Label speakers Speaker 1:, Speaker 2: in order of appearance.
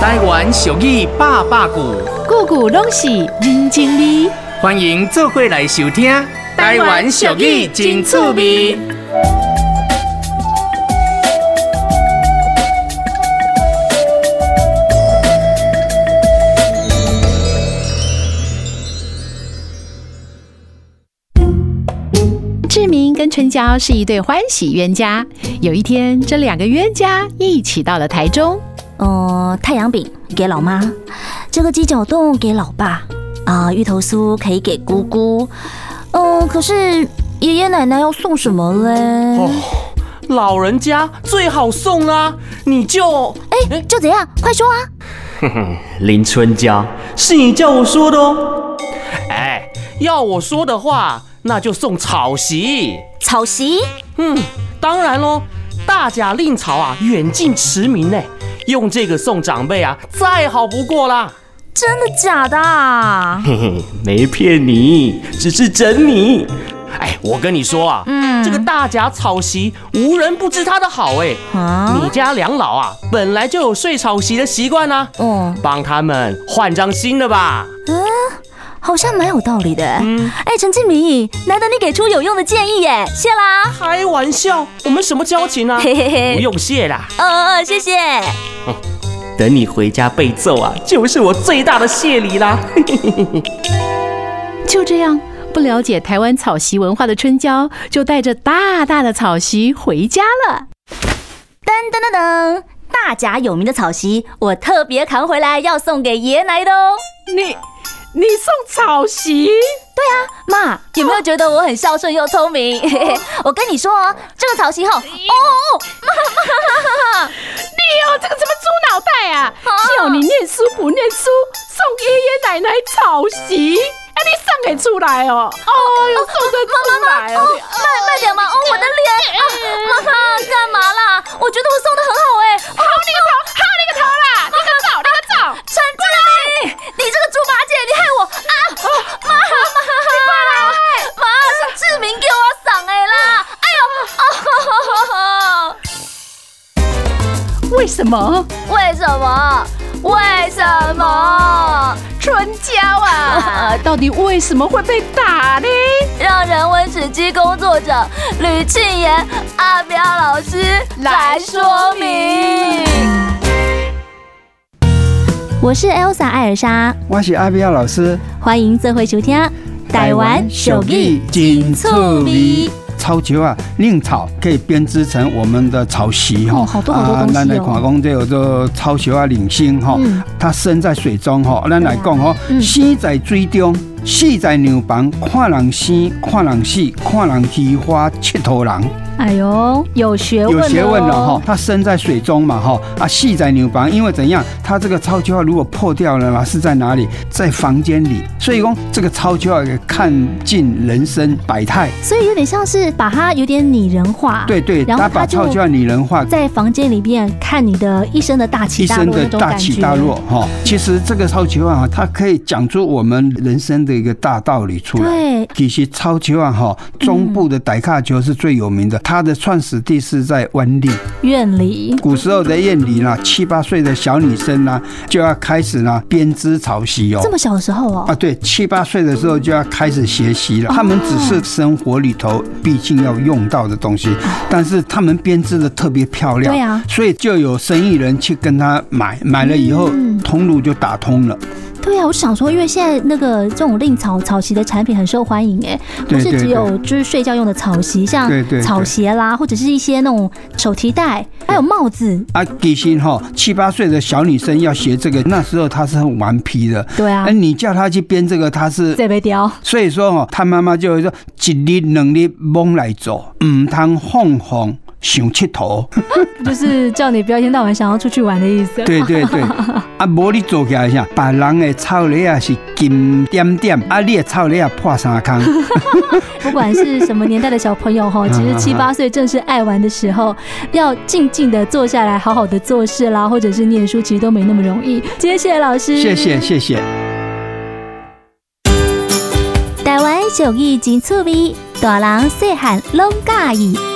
Speaker 1: 台湾俗语百百句，
Speaker 2: 句句拢是人情味。
Speaker 1: 欢迎做伙来收听。
Speaker 2: 台湾俗语真趣味。志明跟春娇是一对欢喜冤家。有一天，这两个冤家一起到了台中。
Speaker 3: 呃，太阳饼给老妈，这个鸡脚冻给老爸，啊、芋头酥可以给姑姑。嗯、可是爷爷奶奶要送什么嘞？
Speaker 4: 哦，老人家最好送啦，你就
Speaker 3: 哎、就怎样？快说啊！
Speaker 5: 林春娇，
Speaker 4: 是你叫我说的哦。哎，要我说的话，那就送草席。
Speaker 3: 草席，
Speaker 4: 嗯，当然喽，大甲令草啊，远近驰名呢，用这个送长辈啊，再好不过啦。
Speaker 3: 真的假的啊？
Speaker 5: 嘿嘿， 没骗你，只是整你。
Speaker 4: 哎，我跟你说啊，
Speaker 3: 嗯
Speaker 4: 这个大甲草席无人不知它的好哎。
Speaker 3: 啊，
Speaker 4: 你家两老啊，本来就有睡草席的习惯啦、
Speaker 3: 哦，
Speaker 4: 帮他们换张新的吧。
Speaker 3: 好像蛮有道理的。哎、
Speaker 4: 嗯
Speaker 3: 陈静明，难得你给出有用的建议耶，谢啦。
Speaker 4: 开玩笑，我们什么交情啊？
Speaker 3: 嘿嘿嘿
Speaker 4: 不 用谢啦，
Speaker 3: 呃，谢谢。
Speaker 4: 等你回家被揍啊，就是我最大的谢礼啦。
Speaker 2: 就这样，不了解台湾草席文化的春娇，就带着大大的草席回家了。
Speaker 3: 噔噔噔噔，大甲有名的草席，我特别扛回来要送给爷爷奶奶的哦。
Speaker 2: 你，你送草席？
Speaker 3: 妈，有没有觉得我很孝顺又聪 明？我跟你说哦，这个草席吼，哦哦，
Speaker 2: 哦，这个什么猪脑袋啊！叫你念书不念书，送爷爷奶奶草席，哎、你送给出来哦！哦哟，送得出来哦！
Speaker 3: 慢慢点嘛，哦，我的脸，啊，妈妈干嘛啦？我觉得我送的很好哎，好你个头，好你个头啦，你个走，你个走，陈志明，你这个猪八戒，你害我啊，妈妈，妈是志明给我赏哎啦，哎呦，哦，
Speaker 2: 为什么？
Speaker 3: 为什么？为什么？
Speaker 2: 春娇啊， 到底为什么会被打呢？
Speaker 3: 让人文史机工作者吕庆言、阿彪老师来说明。我是 Elsa 艾尔莎，
Speaker 6: 我是阿彪老师，
Speaker 3: 欢迎做回收听《手艺趣
Speaker 6: 真趣
Speaker 3: 味
Speaker 6: 味。草球啊，令草可以编织成我们的草席哈、
Speaker 3: 哦好多好多东西哦
Speaker 6: 咱来看讲这有这草球啊，领星哈
Speaker 3: 嗯，
Speaker 6: 它身在水中哈，咱来讲哈，
Speaker 3: 嗯
Speaker 6: 生在水中，死在牛棚，看人生，看人死，看人虚花，切头人。
Speaker 3: 哎呦，有学问
Speaker 6: 有
Speaker 3: 了哦
Speaker 6: 学问了哈，它生在水中嘛哈，啊，系在牛蒡，因为怎样，它这个超球啊，如果破掉了啦，是在哪里？在房间里，所以说这个超球啊，看尽人生百态，
Speaker 3: 所以有点像是把它有点拟人化。
Speaker 6: 对对，
Speaker 3: 啊然后
Speaker 6: 它
Speaker 3: 它
Speaker 6: 把
Speaker 3: 就
Speaker 6: 超球啊拟人化。
Speaker 3: 在房间里面看你的一生的大
Speaker 6: 一
Speaker 3: 起大
Speaker 6: 生
Speaker 3: 落
Speaker 6: 的
Speaker 3: 那种
Speaker 6: 大
Speaker 3: 感觉。
Speaker 6: 起大落哈，其实这个超球啊，它可以讲出我们人生的一个大道理出来。
Speaker 3: 对，
Speaker 6: 其实超球啊哈，中部的傣卡球是最有名的，它的创始地是在湾
Speaker 3: 嗯
Speaker 6: 里。
Speaker 3: 院里
Speaker 6: 古时候的宴里啦，七八岁的小女生啦，就要开始啦编织草席哦
Speaker 3: 这。么小时候哦，
Speaker 6: 啊，对，七八岁的时候就要开始学习了。他们只是生活里头毕竟要用到的东西，但是他们编织的特别漂亮，
Speaker 3: 哦对啊
Speaker 6: 所以就有生意人去跟他买，买了以后
Speaker 3: 嗯
Speaker 6: 通路就打通了。
Speaker 3: 对啊，我想说，因为现在那个这种令草草席的产品很受欢迎，哎，不
Speaker 6: 对
Speaker 3: 是
Speaker 6: 对
Speaker 3: 只
Speaker 6: 对
Speaker 3: 有就是睡觉用的草席，像
Speaker 6: 对对对
Speaker 3: 草鞋啦，或者是一些那种手提袋，还有帽子，
Speaker 6: 啊，其实哈，七八岁的小女生要学这个，那时候她是很顽皮的。
Speaker 3: 对啊
Speaker 6: 哎，，你叫她去编这个，她是
Speaker 3: 这被雕，
Speaker 6: 所以说哦，他妈妈就会说，一日两日猛来做，唔通放放想佚佗。
Speaker 3: 就是叫你不要一天到晚想要出去玩的意思。
Speaker 6: 对对对，啊，无你做起来啥，别人的草泥啊是金点点，啊，你的草泥啊破三空。
Speaker 3: 不管是什么年代的小朋友 哈，其实七八岁正是爱玩的时候，要静静的坐下来，好好的做事啦，或者是念书，其实都没那么容易。今天谢谢老师，
Speaker 6: 谢谢谢谢。
Speaker 3: 台湾俗语真趣味，大人细汉拢喜意。